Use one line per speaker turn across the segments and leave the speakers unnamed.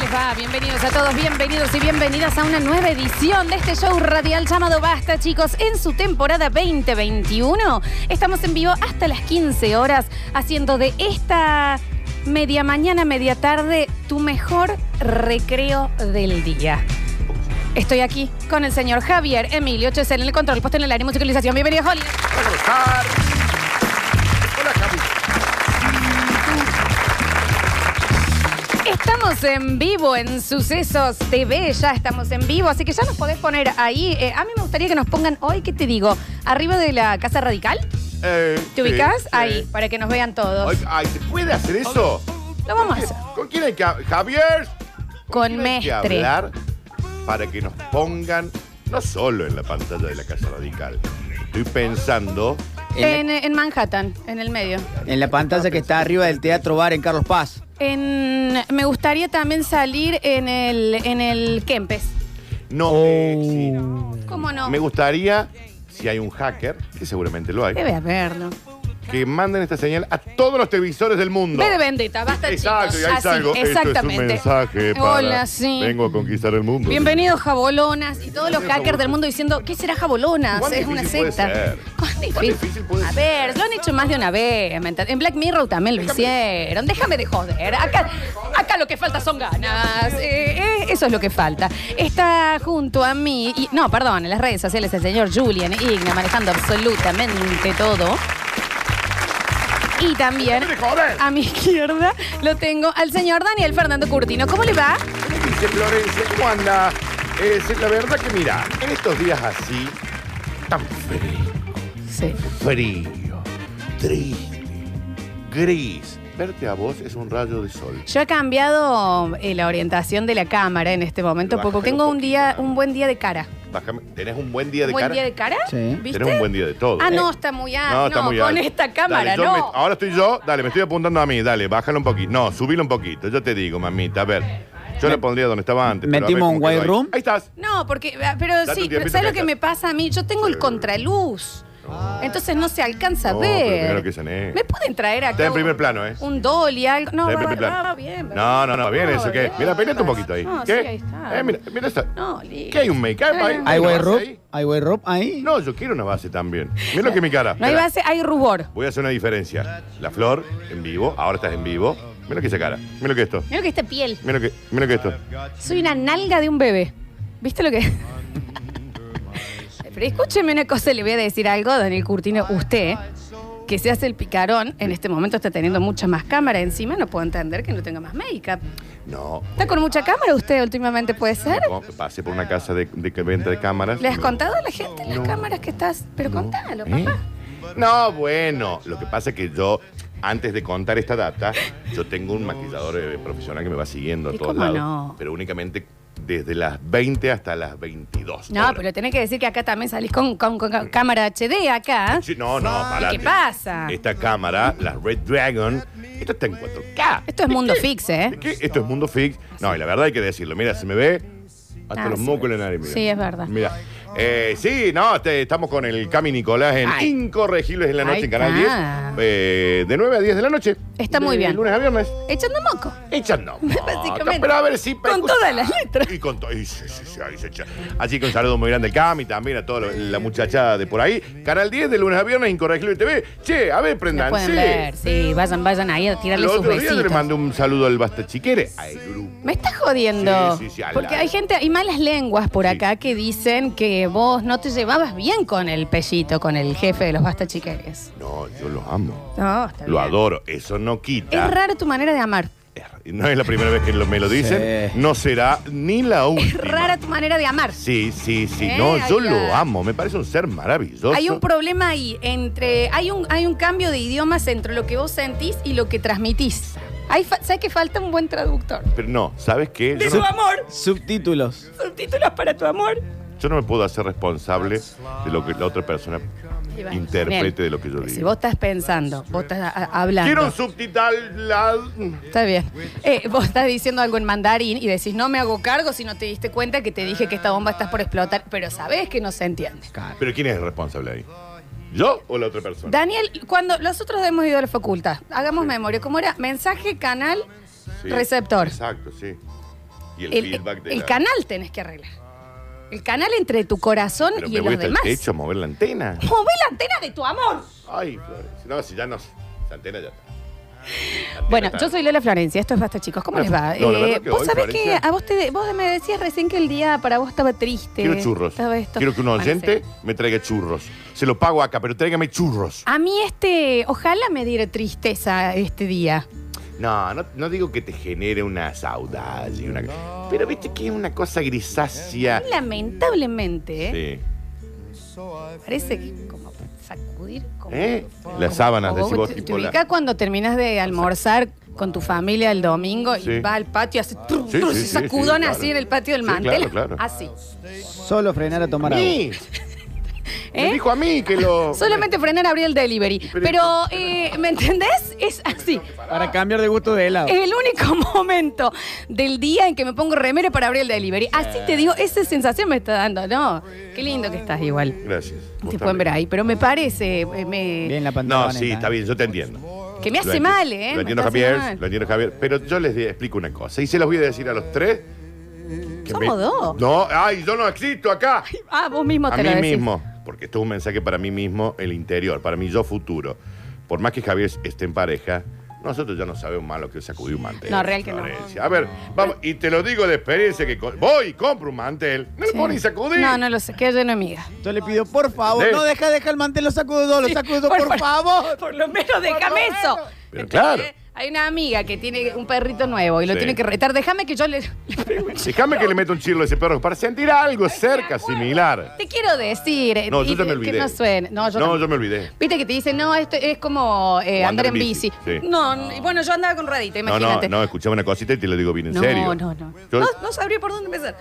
les va? Bienvenidos a todos, bienvenidos y bienvenidas a una nueva edición de este show radial llamado Basta, chicos, en su temporada 2021. Estamos en vivo hasta las 15 horas, haciendo de esta media mañana, media tarde, tu mejor recreo del día. Estoy aquí con el señor Javier Emilio Chesel en el control, puesto en el área y musicalización. Bienvenido, Holly.
¿Cómo estás? Hola, Capi.
Estamos en vivo en Sucesos TV, ya estamos en vivo, así que ya nos podés poner ahí. Eh, a mí me gustaría que nos pongan hoy, ¿qué te digo? Arriba de la Casa Radical,
Eh,
¿te
sí,
ubicas?
sí.
Ahí, para que nos vean todos.
Ay, ay, ¿se puede hacer eso?
Lo vamos a hacer.
¿Con quién hay que hab- Javier?
Con
quién hay que
Mestre.
hablar para que nos pongan, no solo en la pantalla de la Casa Radical. Estoy pensando.
En,
En
en Manhattan, en el medio.
la, en la pantalla que está arriba del Teatro Bar en Carlos Paz.
En, me gustaría también salir en el, en el Kempes.
No
Oh.
¿Cómo no?
Me gustaría, si hay un hacker, que seguramente lo hay,
Debe haberlo.
que manden esta señal a todos los televisores del mundo.
Ve de bendita, basta
Exacto,
chicos.
y ahí
Así,
salgo. Esto es un
exactamente.
mensaje para-
Hola, sí.
Vengo a conquistar el mundo.
Bienvenidos jabolonas y todos los
Bienvenido,
hackers del
jabolonas.
mundo diciendo, ¿qué será jabolonas?
¿Cuán
Es una
difícil puede
secta.
ser?
¿Cuán
¿Cuán difícil puede
A
ser?
ver, lo han hecho más de una vez. ¿me entendés? En Black Mirror también lo hicieron. Déjame de joder. Acá, acá lo que falta son ganas. Eh, eh, eso es lo que falta. Está junto a mí, y- no, perdón, en las redes sociales el señor Julian Igna manejando absolutamente todo. Y también
¡Déjame de joder!
a mi izquierda lo tengo al señor Daniel Fernando Curtino. ¿Cómo le va?
¿Qué dice Florencia? ¿Cómo anda? Eh, sí, la verdad que mira, en estos días así, tan frío,
Sí.
frío, triste, gris, verte a vos es un rayo de sol.
Yo he cambiado eh, la orientación de la cámara en este momento
Pero
porque
bájale
tengo
un
un día,
poquito.
un buen día de cara.
Bájame, ¿tenés un buen día de
¿Buen
cara?
día de cara?
Sí.
¿Viste?
Tenés un buen día de todo.
Ah, no, está muy alto. No,
está muy
con
alto.
esta cámara,
Dale, yo
no.
me- ahora estoy yo, dale, me estoy apuntando a mí, dale, bájalo un poquito. No, subilo un poquito, yo te digo, mamita, a ver. Yo lo pondría donde estaba antes. pero a ver
¿Metimos
cómo
un
quedó
white
ahí.
room?
Ahí estás.
No, porque, ah, pero
Date
sí,
un
pero ¿sabes
tiempito que
lo que
acá.
me pasa a mí? Yo tengo el contraluz. Entonces no se alcanza a
Ah. No, pero
ver.
primero que se negue.
¿Me pueden traer acá?
Está en
un-
primer plano, ¿eh?
Un dolly, algo. No, va,
Está en primer plano.
va bien. va
No, no, no, va bien
No,
eso.
va
¿qué?
bien.
Mira, peleate un poquito ahí.
No,
¿Qué?
sí, ahí está.
Eh, mira, mira esta.
No, listo.
¿Qué hay un make-up ahí?
¿Hay
¿Una
White
base
Room?
ahí?
¿Hay White Room ahí?
No, yo quiero una base también. Mira lo que es mi cara.
No hay
Espera,
base, hay rubor.
Voy a hacer una diferencia. La flor, en vivo, ahora estás en vivo. Mira lo que es esa cara. Mira lo que es esto.
Mira que esta piel.
Mira lo que, mira lo que es esto.
Soy una nalga de un bebé. ¿Viste lo que? Pero escúcheme una cosa, le voy a decir algo, Daniel Curtino. Usted, que se hace el picarón, en este momento está teniendo mucha más cámara encima, no puedo entender que no tenga más make-up.
No.
¿Está con mucha cámara usted últimamente, puede ser?
no, Pasé por una casa de, de que venta de cámaras.
¿Le has contado a la gente las cámaras que estás? Pero contalo,
¿Eh?
papá.
No, bueno. Lo que pasa es que yo, antes de contar esta data, yo tengo un maquillador eh, profesional que me va siguiendo a
¿Y
todos
cómo
lados.
no?
Pero únicamente desde las 20 hasta las 22.
No,
horas.
pero tenés que decir que acá también salís con, con- con ca- cámara HD acá.
Sí, no, no, pará.
¿Qué pasa?
Esta cámara, la Red Dragon, esto está en 4K.
Esto es mundo fix, ¿eh?
¿De qué? Esto es mundo fix. No, y la verdad hay que decirlo. Mira, se me ve hasta
Ah,
los
sí.
mocos en la nariz. mira.
Sí, es verdad.
Mira. Eh, sí, no, te- estamos con el Cami Nicolás en
Ay.
Incorregibles en la
Ahí
Noche, en Canal 10.
está.
Eh, de 9 a 10 de la noche.
Está
De
muy bien.
lunes a viernes.
Echando moco.
Echando.
Básicamente.
Pero a ver si.
Con todas las letras.
Y con to- y sí, sí, sí, ahí se echa. Así que un saludo muy grande al Cami, también a toda la- la muchachada de por ahí. Canal 10 de lunes a viernes, Incorregible TV. Che, a ver,
Lo
prendan.
pueden ver, sí, vayan, vayan ahí a tirarle
El
sus
otro día yo le
besitos.
mandé un saludo al Basta Chiquere, al grupo.
Me estás jodiendo.
Sí, sí, sí, al
Porque
lado.
hay gente, hay malas lenguas por
Sí.
acá que dicen que vos no te llevabas bien con el pellito, con el jefe de los basta chiqueres.
No, yo lo amo.
No, está
Lo
bien.
adoro. Eso no quita.
Es rara tu manera de amar.
Es- No es la primera vez que lo- me lo dicen.
Sí.
No será ni la última.
Es rara tu manera de amar.
Sí, sí, sí.
Eh,
no, yo
ahí va.
lo amo. Me parece un ser maravilloso.
Hay un problema ahí entre hay un hay un cambio de idiomas entre lo que vos sentís y lo que transmitís. Hay fa- sabes que falta un buen traductor.
Pero no, ¿sabes qué?
De
Yo
tu
no,
amor,
Subtítulos.
subtítulos para tu amor.
yo no me puedo hacer responsable de lo que la otra persona
Ahí va.
interprete
Bien.
de lo que yo
Si
digo.
vos estás pensando, vos estás a- a- hablando.
Quiero un subtitulado.
Está bien. Eh, vos estás diciendo algo en mandarín y decís, no me hago cargo si no te diste cuenta que te dije que esta bomba estás por explotar, pero sabés que no se entiende.
Pero ¿quién es el responsable ahí? ¿Yo o la otra persona?
Daniel, cuando nosotros hemos ido a la facultad, hagamos memoria, ¿cómo era? Mensaje, canal,
Sí,
receptor.
Exacto, sí. y el,
El,
feedback de
el
la-
canal tenés que arreglar. El canal entre tu corazón
Pero
y
me voy
los
hasta el
demás.
techo a mover la antena.
Mover la antena de tu amor.
Ay, Flores. No, si ya no. La antena ya está. La antena
Ah. Bueno,
está.
yo soy Lola Florencia, esto es Basta Chicos, ¿cómo
Hola,
les va? Eh,
no, la verdad que
vos
hoy,
sabés
Florencia-
que a vos, te, vos me decías recién que el día para vos estaba triste.
Quiero churros.
estaba esto.
Quiero que un
Bueno,
oyente
sí.
me traiga churros. Se lo pago acá, pero tráigame churros.
A mí este, ojalá me diera tristeza este día.
No, no, no digo que te genere una saudade, una... pero viste que es una cosa grisácea.
Lamentablemente, ¿eh?
Ah. Sí.
parece que como sacudir. Como,
¿Eh? Las sábanas,
como
decís vos,
te-
tipo
Te
la-
ubicás cuando terminas de almorzar con tu familia el domingo
Sí.
y va al patio y hace trum,
Sí,
trum,
sí,
se
sí,
sacudón
sí,
así
claro.
en el patio del
Sí,
mantel.
claro, claro.
Así.
Solo frenar a tomar
A
agua.
mí. Me
¿Eh?
dijo a mí que lo.
Solamente frenar a abrir el delivery.
Pero-
Pero, eh, ¿me entendés? Es así.
Para cambiar de gusto de helado.
Es
Eh.
el único momento del día en que me pongo remero para abrir el delivery. Así te digo, esa sensación me está dando, ¿no? Qué lindo que estás igual.
Gracias. Vos
Te pueden ver
también.
ahí, pero me parece eh, me-
Bien la
No,
pantalla.
sí, está bien, yo te entiendo.
que me
Lo
hace
enti-
mal, ¿eh?
Lo
Me
entiendo,
está
Javier.
haciendo
Lo
mal.
entiendo, Javier. Pero yo les di- explico una cosa. Y se los voy a decir a los tres. que
Somos dos.
No, ay, yo no existo acá.
Ah, vos mismo
A
te
mí
lo decís.
mismo. Porque esto es un mensaje para mí mismo, el interior, para mi yo futuro. Por más que Javier esté en pareja, nosotros ya no sabemos más lo que es sacudir un mantel.
No, real que no.
Florencia. A ver, vamos, y te lo digo de experiencia que co- voy y compro un mantel. No
Sí.
lo puedo ni sacudir.
No, no lo sé, queda lleno de migas.
Yo le pido, por favor,
Sí.
no deja, deja el mantel, lo sacudo yo, lo sacudo yo, por, favor.
Por lo menos déjame eso.
Pero
¿Entendés?
claro.
Hay una amiga que tiene un perrito nuevo y lo
Sí.
tiene que retar. Déjame que yo le. le pego un
Déjame que le meta un chirlo a ese perro para sentir algo cerca, similar.
Te quiero decir. eh,
No, yo
y-
ya me olvidé.
Que no suene. No, yo,
No,
también.
yo me olvidé.
Viste que te dicen, no, esto es como eh,
O
andar en bici.
sí.
No, n- y bueno, yo andaba con ruedita,
No, no,
imagínate.
no, escuchame una cosita y te lo digo bien en
no, no,
serio.
no.
Yo-
No, no sabría por dónde empezar.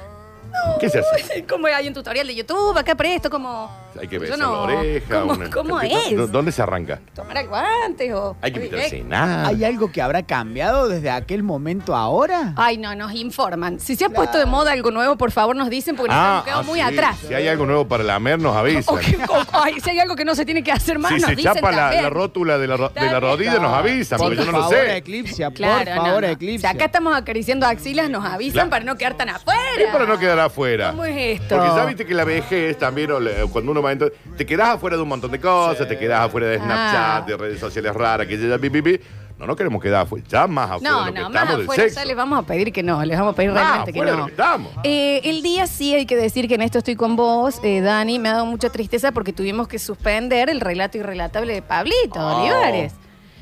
¿Qué se hace?
Uy, Como hay un tutorial de YouTube, acá presto, como.
Hay que
Yo
besar
no.
la oreja.
¿Cómo,
una-
cómo
¿Dó-
es?
¿Dónde se arranca?
Tomar aguantes o. eh.
Hay que
o
invitar a
directo.
cenar.
¿Hay algo que habrá cambiado desde aquel momento a ahora?
Ah,
Ay, no, nos informan. Si se ha puesto de moda algo nuevo, por favor nos dicen porque nos quedamos muy
Ah, sí,
atrás.
Si hay algo nuevo para lamer, nos avisan.
O que- o- ay, si hay algo que no se tiene que hacer más,
si
nos
se
dicen
chapa la,
también.
la rótula de la, ro- de la rodilla, nos avisan,
Por
porque yo no lo
favor,
sé.
Eclipse, por
Claro, no,
favor,
no. Si
Eclipse.
acá estamos acariciando axilas, nos avisan
Claro.
para no quedar tan afuera.
Es para no quedar afuera.
¿Cómo es esto?
Porque ya viste que la vejez también, o la- cuando uno va entonces, te quedás afuera de un montón de cosas, te quedás afuera de Snapchat,
Ah.
de redes sociales raras, que ya, pi, pi, pi. No, no queremos quedar afuera, ya más afuera de
No,
lo que
no, más
estamos del
afuera
sexo.
ya les vamos a pedir que no, les vamos a pedir
Más
realmente que
afuera de
no.
lo que estamos.
Eh, el día sí hay que decir que en esto estoy con vos, eh, Dani, me ha dado mucha tristeza porque tuvimos que suspender el relato irrelatable de Pablito
Oh.
Olivares,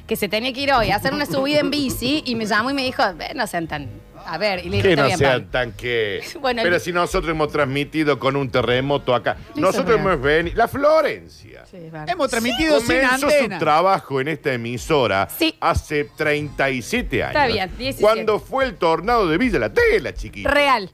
que se tenía que ir hoy a hacer una subida en bici y me llamó y me dijo, "Ve, no sean tan... A ver, y le dije,
Que
"Está
no
bien,
sean
Pablo".
tan que.
Bueno,
Pero
el-
si nosotros hemos transmitido con un terremoto acá.
Eso
Nosotros
es real.
hemos venido. La Florencia.
Sí, es verdad.
Hemos transmitido sin
Comenzó su
antena.
trabajo en esta emisora
Sí.
hace 37 años.
Está bien, 17.
Cuando fue el tornado de Villa La Tela, chiquita.
Real.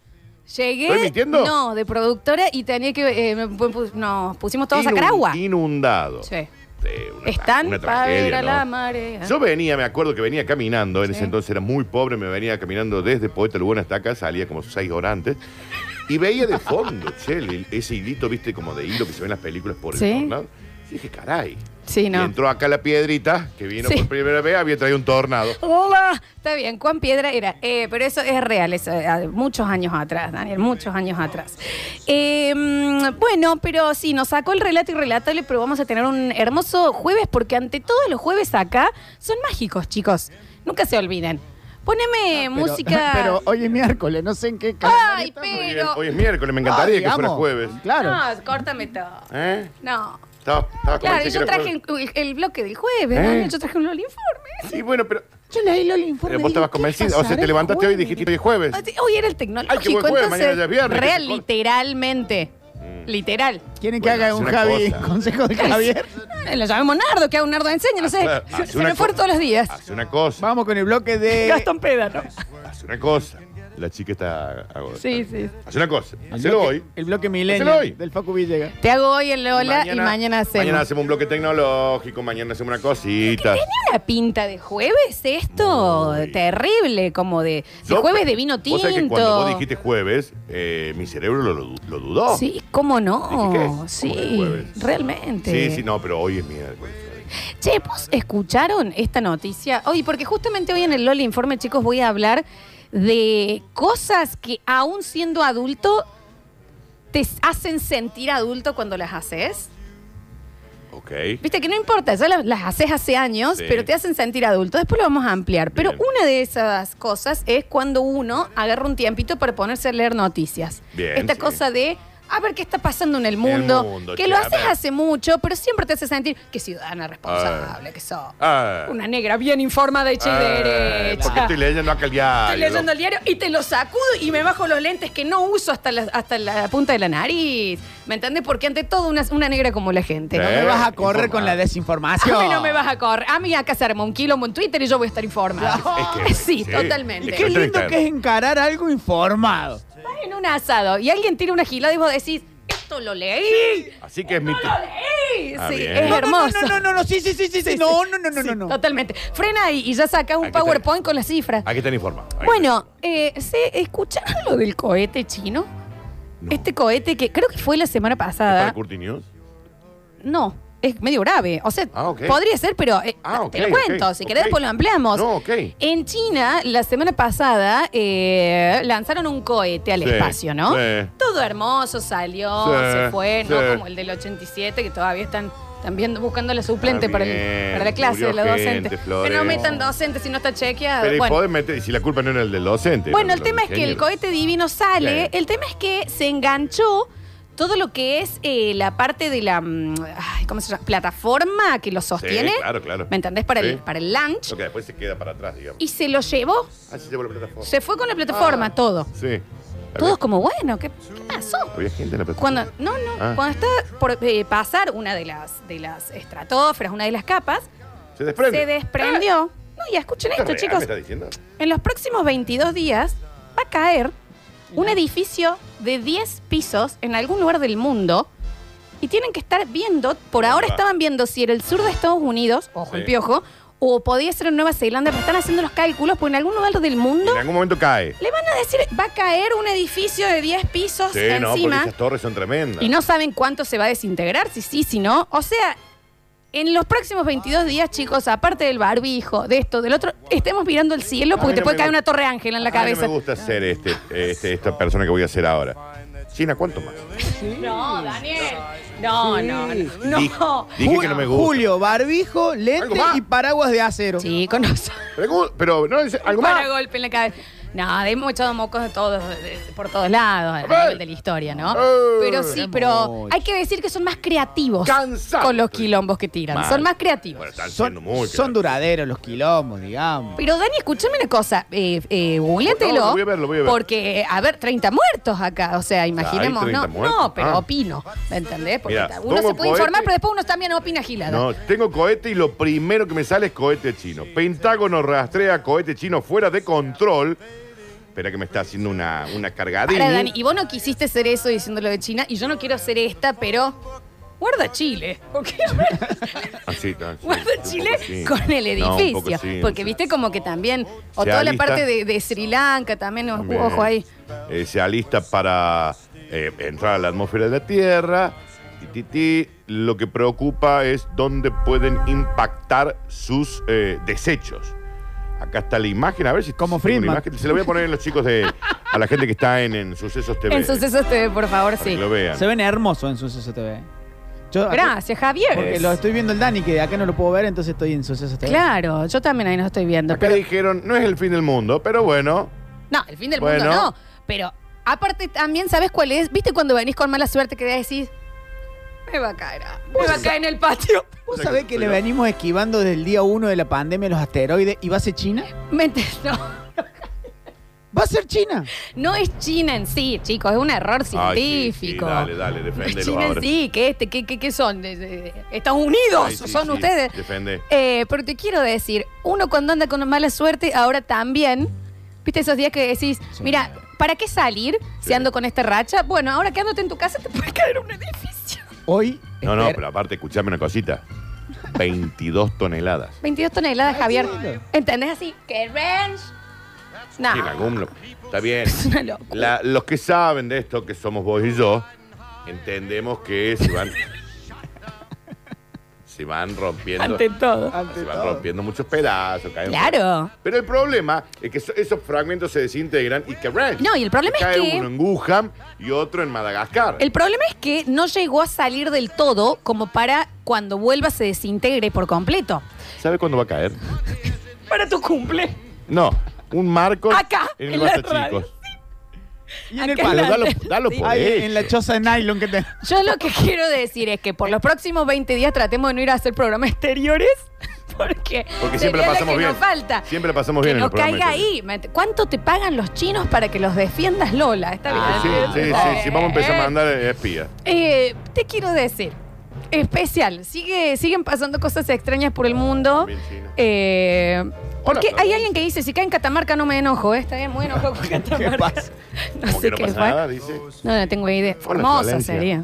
Llegué.
¿Estoy mintiendo?
No, de productora y tenía que. eh, me pu- nos pusimos todos a sacar
Inun-
agua.
Inundado.
Sí.
Sí, una tra-
Están
una
para ver
tragedia,
a
¿no?
la marea.
Yo venía, me acuerdo que venía caminando, en
Sí.
ese entonces era muy pobre, me venía caminando desde Poeta Lugón hasta acá, salía como seis horas antes, y veía de fondo, che, el- ese hilito, viste, como de hilo que se ve en las películas por
Sí.
el tornado. Y dije, caray.
Sí,
Y
no.
entró acá la piedrita, que vino
Sí.
por primera vez, había traído un tornado.
Hola. Está bien, Juan Piedra era. eh, pero eso es real, eso, eh, ah, muchos años atrás, Daniel, muchos años atrás. Eh, mm, bueno, pero sí, nos sacó el relato irrelatable, pero vamos a tener un hermoso jueves, porque ante todos los jueves acá son mágicos, chicos. Nunca se olviden. Poneme
Pero-
música.
Pero hoy es miércoles, no sé en qué
Ay,
calendario
pero-
estamos.
Hoy es- Hoy es miércoles, me encantaría
Ah,
que fuera
digamos.
jueves.
Claro.
No, córtame todo.
¿Eh?
No.
Estaba- estaba
Claro, y yo
convencido que era
traje el,
jueves.
el bloque del jueves,
¿Eh?
Daniel, yo traje un LOL informe.
Sí, bueno, pero,
Yo leí los
pero
informes.
Eh, vos estabas convencida. O sea, te levantaste hoy y dijiste, hoy es jueves.
Hoy era el
Ay, qué
tecnológico,
buen jueves, mañana
entonces.
ya es viernes, que
real,
se corta.
literalmente.
Mm.
Literal.
¿Quieren que
Bueno,
haga
hace
un
una
Javi,
cosa.
consejo de Javier?
Eh, Lo llamemos Nardo, que haga un Nardo enseña, no sé.
Ah, Claro, hace
Se
una
me fue
co- Ah.
todos los días.
Hace una cosa.
Vamos con el bloque de...
Gastón Pédano.
Hace una cosa. La chica está agotada.
Sí, sí.
Hace una cosa.
el
Hacelo
bloque-
hoy.
El bloque
hoy.
milenio del Facu Villega.
Te hago hoy el Lola y mañana hacemos.
Mañana hacemos un bloque tecnológico, mañana hacemos una cosita.
¿Tiene una pinta de jueves esto?
Muy.
Terrible, como de, de
Yo-
jueves de vino
Vos
tinto.
sabés que cuando vos dijiste jueves, eh, mi cerebro lo, lo- lo dudó.
Sí, cómo
Dije,
no.
¿qué es? ¿Cómo es
Sí,
jueves?
realmente.
Sí, sí, no, pero hoy es miércoles. Florencia.
Che, ¿vos escucharon esta noticia? Hoy, porque justamente hoy en el LOL Informe, chicos, voy a hablar de cosas que aún siendo adulto te s- hacen sentir adulto cuando las haces.
Ok.
Viste que no importa, ya la- las, haces hace años,
Sí.
pero te hacen sentir adulto. Después lo vamos a ampliar. Pero
Bien.
una de esas cosas es cuando uno agarra un tiempito para ponerse a leer noticias.
Bien,
Esta
sí.
cosa de a ver qué está pasando en el mundo.
mundo,
que
che,
lo
a
haces
ver.
hace mucho, pero siempre te hace sentir que ciudadana responsable, que sos.
Ah.
Una negra bien informada, hecha y
Ah,
derecha.
Porque estoy leyendo acá el diario.
Estoy leyendo el diario y te lo sacudo y me bajo los lentes que no uso hasta la, hasta la punta de la nariz. ¿Me entendés? Porque ante todo una, una negra como la gente.
No
Eh,
me vas a correr
informa.
con la desinformación.
A mí no me vas a correr. A mí acá se arma un quilombo en Twitter y yo voy a estar informada.
Es que-
sí,
sí.
totalmente.
Es
Qué
Yo te
lindo
entero.
que es encarar algo informado.
Vas en un asado y alguien tira una gilada y vos decís, esto lo leí.
Así que es mi.
¡Lo leí!
Ah,
sí,
bien.
es
No,
hermoso.
No, no, no, no, no, sí, sí, sí, sí, sí.
Sí,
No,
sí.
no, no, no,
Sí,
no, no.
Totalmente. Frena ahí y ya sacás un
Aquí está.
PowerPoint con las cifras.
Aquí están informados. Ahí
Bueno, eh, ¿se escucharon lo del cohete chino?
No.
Este cohete que creo que fue la semana
está. ¿Está
pasada.
el Curti News?
No, es medio grave. O sea,
Ah, ok.
podría ser, pero eh,
Ah, ok,
te lo cuento.
ok,
si querés,
ok.
después lo ampliamos.
No, ok.
En China, la semana pasada, eh, lanzaron un cohete al
Sí,
espacio, ¿no?
sí.
Todo hermoso salió,
Sí,
se fue, ¿no?
sí.
Como el del 87, que todavía están, están viendo, buscando la suplente
Está
para, el-
Ah, bien,
para la clase de
murió
la docente.
gente,
que
Flores.
no metan docente si no está chequeada.
Pero y
Ah, Bueno.
podés meter, si la culpa no era el del docente.
Bueno,
era
el
de los
tema es que el
ingenieros.
cohete divino sale.
Sí.
El tema es que se enganchó todo lo que es eh, la parte de la mm, ay, ¿cómo se llama? plataforma que lo sostiene.
Sí, claro, claro.
¿Me entendés? Para, el,
Sí.
para el lunch.
Lo que después se queda para atrás, digamos.
Y se lo llevó.
Así se la plataforma.
Se fue con la plataforma,
Ah.
todo.
Sí.
Todos como, bueno, ¿qué, qué pasó?
Había gente en la plataforma.
Cuando, no, no,
Ah.
cuando está por eh, pasar una de las, de las estratosferas, una de las capas,
Se desprende.
se desprendió.
Ah.
No, ya escuchen
¿Esto
esto,
es real,
chicos.
¿Me estás diciendo?
En los próximos 22 días va a caer un edificio de 10 pisos en algún lugar del mundo y tienen que estar viendo, por ahora
Ah.
estaban viendo si era el sur de Estados Unidos, ojo el
Sí.
piojo, o podía ser en Nueva Zelanda, pero están haciendo los cálculos, porque en algún lugar del mundo
En algún momento cae.
le van a decir, va a caer un edificio de 10 pisos
Sí, no, porque
encima
esas torres son tremendas.
y no saben cuánto se va a desintegrar, si sí, si no. O sea, en los próximos 22 días, chicos, aparte del barbijo, de esto, del otro, estemos mirando el cielo porque
Ay,
te
no
puede
me
caer
gusta.
una torre ángel en la
Ay,
cabeza.
no me gusta ser este, este, esta persona que voy a ser ahora. China, ¿cuánto más?
No, Daniel. No, no, no.
Di-
no.
Dije
Ju-
que no me gusta.
Julio, barbijo,
¿Algo
lente
más?
y paraguas de acero.
Chicos, no son
Pero, pero, no, es- algo más.
para golpe en la cabeza. No, hemos echado mocos de todos, de- por todos lados, a
A ver.
nivel de la historia, ¿no?
Eh.
Pero sí, pero hay que decir que son más creativos
Cansado.
con los quilombos que tiran.
Mal.
Son más creativos.
Bueno, están siendo
Son,
muy
son
claros.
duraderos los quilombos, digamos.
Pero Dani, escúchame una cosa, eh, eh, googleatelo,
No, lo voy a ver, lo voy a ver.
Porque, a ver, 30 muertos acá, o sea, imaginemos,
hay 30
¿no?
muertos.
No, pero
Ah.
opino, ¿me entendés? Porque
Mira,
uno se
pongo
puede informar,
cohete.
pero después uno también opina gilada.
No, tengo cohete y lo primero que me sale es cohete chino. Pentágono rastrea cohete chino fuera de control. Espera que me está haciendo una, una cargadilla.
Ahora, Dani, y vos no quisiste ser eso diciéndolo de China, y yo no quiero ser esta, pero guarda Chile, porque a ver,
Así, ah, sí, un
guarda
poco
Chile
así.
con el
No, un poco
edificio.
así,
porque
sí.
viste como que también, o
Se
toda la
alista.
parte de, de Sri Lanka también, o-
También,
ojo ahí.
eh, se alista para eh, entrar a la atmósfera de la Tierra. Ti, ti, ti. Lo que preocupa es dónde pueden impactar sus eh, desechos. Acá está la imagen, a ver si tengo
Como
una
Friedman.
imagen. Se la voy a poner en los chicos de. a la gente que está en, en Sucesos TV.
En sucesos TV, por favor,
para
sí.
que lo vean.
Se ven hermosos en Suceso TV. Yo,
Gracias, Javier.
Porque lo estoy viendo el Dani, que de acá no lo puedo ver, entonces estoy en Suceso TV.
Claro, yo también ahí no estoy viendo.
Acá
Pero,
dijeron, no es el fin del mundo, pero bueno.
no, el fin del
Bueno.
mundo no. Pero aparte también, ¿sabes cuál es? ¿Viste cuando venís con mala suerte que decís, me va a caer, ah, me va a caer en el patio?
¿Vos
Mira
sabés
que
que le
estoy-
venimos esquivando desde el día uno de la pandemia los asteroides y va a ser China?
¿Me entendés? No,
¡Va a ser China!
no es China en sí, chicos, es un error
Ay, sí, sí,
científico.
dale, dale,
No es
deféndelo
China en
ahora.
sí, que este, que, que- que son de- de- Estados Unidos,
Ay, sí,
son
sí,
ustedes.
Defende.
Eh, pero te quiero decir, uno cuando anda con mala suerte, ahora también, viste esos días que decís,
Sí.
mira, ¿para qué salir si
Sí.
ando con esta racha? Bueno, ahora quedándote en tu casa te puede caer un edificio.
Hoy.
No, no,
espera-
pero aparte, escuchame una cosita. 22 toneladas.
22 toneladas, Javier.
sí.
¿Entendés así? ¿Qué ranch? No, Ah.
Sí, en algún lo- Está bien.
es una locura.
La- los que saben de esto, que somos vos y yo, entendemos que se van. se van rompiendo.
Ante todo.
Ante
se van
todo.
rompiendo muchos pedazos. caen-
Claro.
Pero el problema es que eso- esos fragmentos se desintegran y quebran.
No, y el problema es
Cae
que-
uno en Wuhan y otro en Madagascar.
El problema es que no llegó a salir del todo como para cuando vuelva se desintegre por completo.
¿Sabe cuándo va a caer?
Para tu cumple.
No, un marco
Acá,
en
en
el
la
Basta
radio.
Chicos.
Y en el
Acá
Pero
Claro.
palo.
dalo, dalo por
Ahí,
hecho.
en la choza de nylon que te.
Yo lo que quiero decir es que por los próximos 20 días tratemos de no ir a hacer programas exteriores porque,
Porque siempre
sería
la pasamos
que
bien.
nos falta.
Siempre la pasamos
que
bien en
no
los programas
caiga
exteriores.
ahí. Me- ¿Cuánto te pagan los chinos para que los defiendas, Lola? Está bien.
Ah, sí, sí, sí,
Eh,
sí, vamos a empezar a mandar eh, espías.
eh, te quiero decir, especial, sigue, siguen pasando cosas extrañas por el mundo.
Bien, China.
Eh, porque
Hola,
hay
Florencia.
alguien que dice, si cae en Catamarca no me enojo, ¿eh? está bien, muy enojado con Catamarca. No
Como
sé
que no
qué
pasa
fue.
nada, dice.
No, no tengo idea.
Hola,
Hermosa
Florencia.
sería.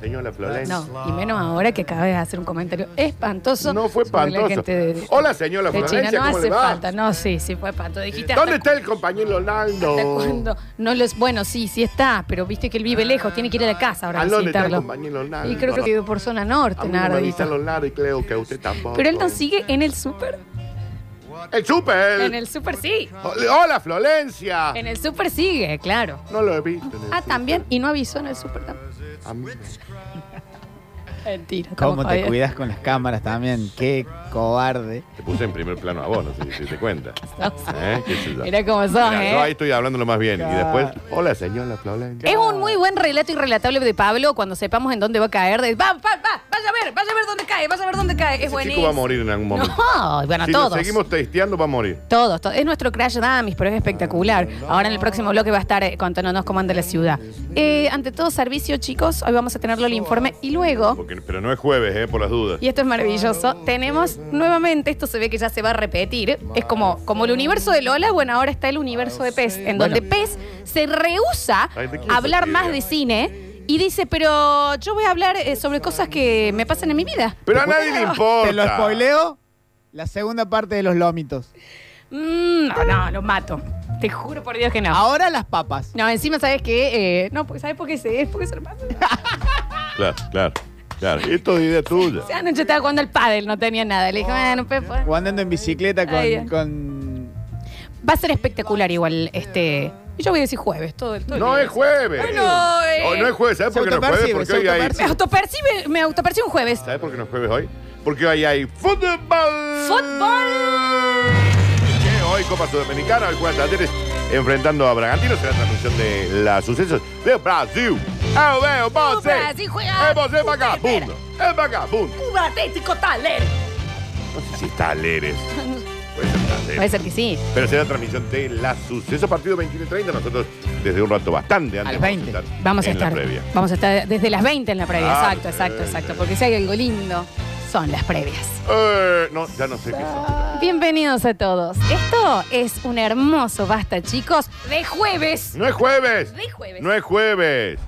Señora Florencia.
No, y menos ahora que acabas de hacer un comentario espantoso.
No fue
sobre la
espantoso.
gente de-
Hola, señora
de
Florencia,
China. No
¿cómo le
hace
va?
falta, no, sí, sí fue espantoso. Dijiste
¿Dónde
hasta,
está el compañero
hasta
Ronaldo?
cuándo? No los, bueno, sí, sí está, pero viste que él vive lejos, tiene que ir a la casa ahora a
¿A dónde está el
visitarlo.
compañero Ronaldo?
Y creo que vive por zona
A
norte,
mí no me
Nardo.
avisan los lados y creo que usted tampoco.
Pero él no sigue en el súper.
¡El súper! Oh,
En el súper sí.
¡Hola, Florencia!
En el súper sigue, claro.
No lo he visto. en el
Ah,
súper.
también. Y no avisó en el súper tampoco.
A mí no.
Mentira. estamos
¿Cómo te
jodidos.
cuidas con las cámaras también? Qué cobarde.
Te puse en primer plano a vos, no sé si te diste cuenta. ¿Eh? ¿Qué sé yo?
Mira cómo sos,
Mira,
¿eh?
Yo ahí estoy hablándolo más bien. Y después,
Claro.
hola, señora Florencia.
Es un muy buen relato y relatable de Pablo cuando sepamos en dónde va a caer. De, va, va, va, vaya a ver, vaya a ver dónde cae, vaya a ver dónde cae. Es
Ese
buenísimo.
chico va a morir en algún momento.
No, bueno,
si lo
todos.
seguimos testeando, va a morir.
Todos, todos. Es nuestro Crash Dummies, pero es espectacular. Ahora en el próximo bloque va a estar eh, contándonos cómo anda la ciudad. Eh, ante todo servicio, chicos, hoy vamos a tenerlo el informe y luego,
Porque, pero no es jueves, ¿eh? Por las dudas.
y esto es maravilloso, tenemos nuevamente, esto se ve que ya se va a repetir, es como, como el universo de Lola, bueno, ahora está el universo de Pez, en donde Pez se rehúsa
Ah, Ay, ¿de qué
a hablar
esa
más
idea?
de cine y dice, pero yo voy a hablar eh, sobre cosas que me pasan en mi vida.
Pero a nadie le importa.
Te lo spoileo. La segunda parte de los lomitos.
Mm, no, no, lo mato. Te juro por Dios que no.
Ahora las papas.
No, encima sabes que. no, porque sabes por qué se es, porque se lo pasa.
Claro, claro, claro. Esto es idea tuya.
O sea, anoche estaba jugando al pádel, no tenía nada. Le dije, bueno, pues, Pepo.
O andando en bicicleta con.
Ahí.
con-
Va a ser espectacular igual este. y Yo voy a decir jueves, todo el todo el
No
día.
es jueves.
Bueno, eh.
Oh, no es jueves, ¿sabes
Se
por qué no es jueves?
autopercibe,
Porque
se
hoy hay.
Me autopercibe, me autopercibe un jueves.
¿Sabes por qué no es jueves hoy? Porque hoy hay fútbol.
Fútbol.
Que Hoy Copa Sudamericana, hoy juegan Talleres enfrentando a Bragantino. Será transmisión de las sucesos de Brasil.
Oh,
¡Ah, veo, Bose!
Brasil juega-
¡Eh, Bose, vagabundo! ¡Es vagabundo!
Cuba Atlético Taler.
No sé si es Talleres. Puede ser Talleres.
Puede ser que sí.
Pero será transmisión de la suceso partido 21 y 30. Nosotros desde un rato bastante antes.
Al
vamos a
20.
estar
Vamos a
en
estar.
La previa.
Vamos a estar desde las 20 en la previa.
Ah,
exacto, exacto,
eh,
exacto.
eh.
Porque si hay algo lindo, son las previas.
Eh, no, ya no sé qué son.
Bienvenidos a todos. Esto es un hermoso basta, chicos, de jueves.
No es jueves.
De jueves.
No es jueves.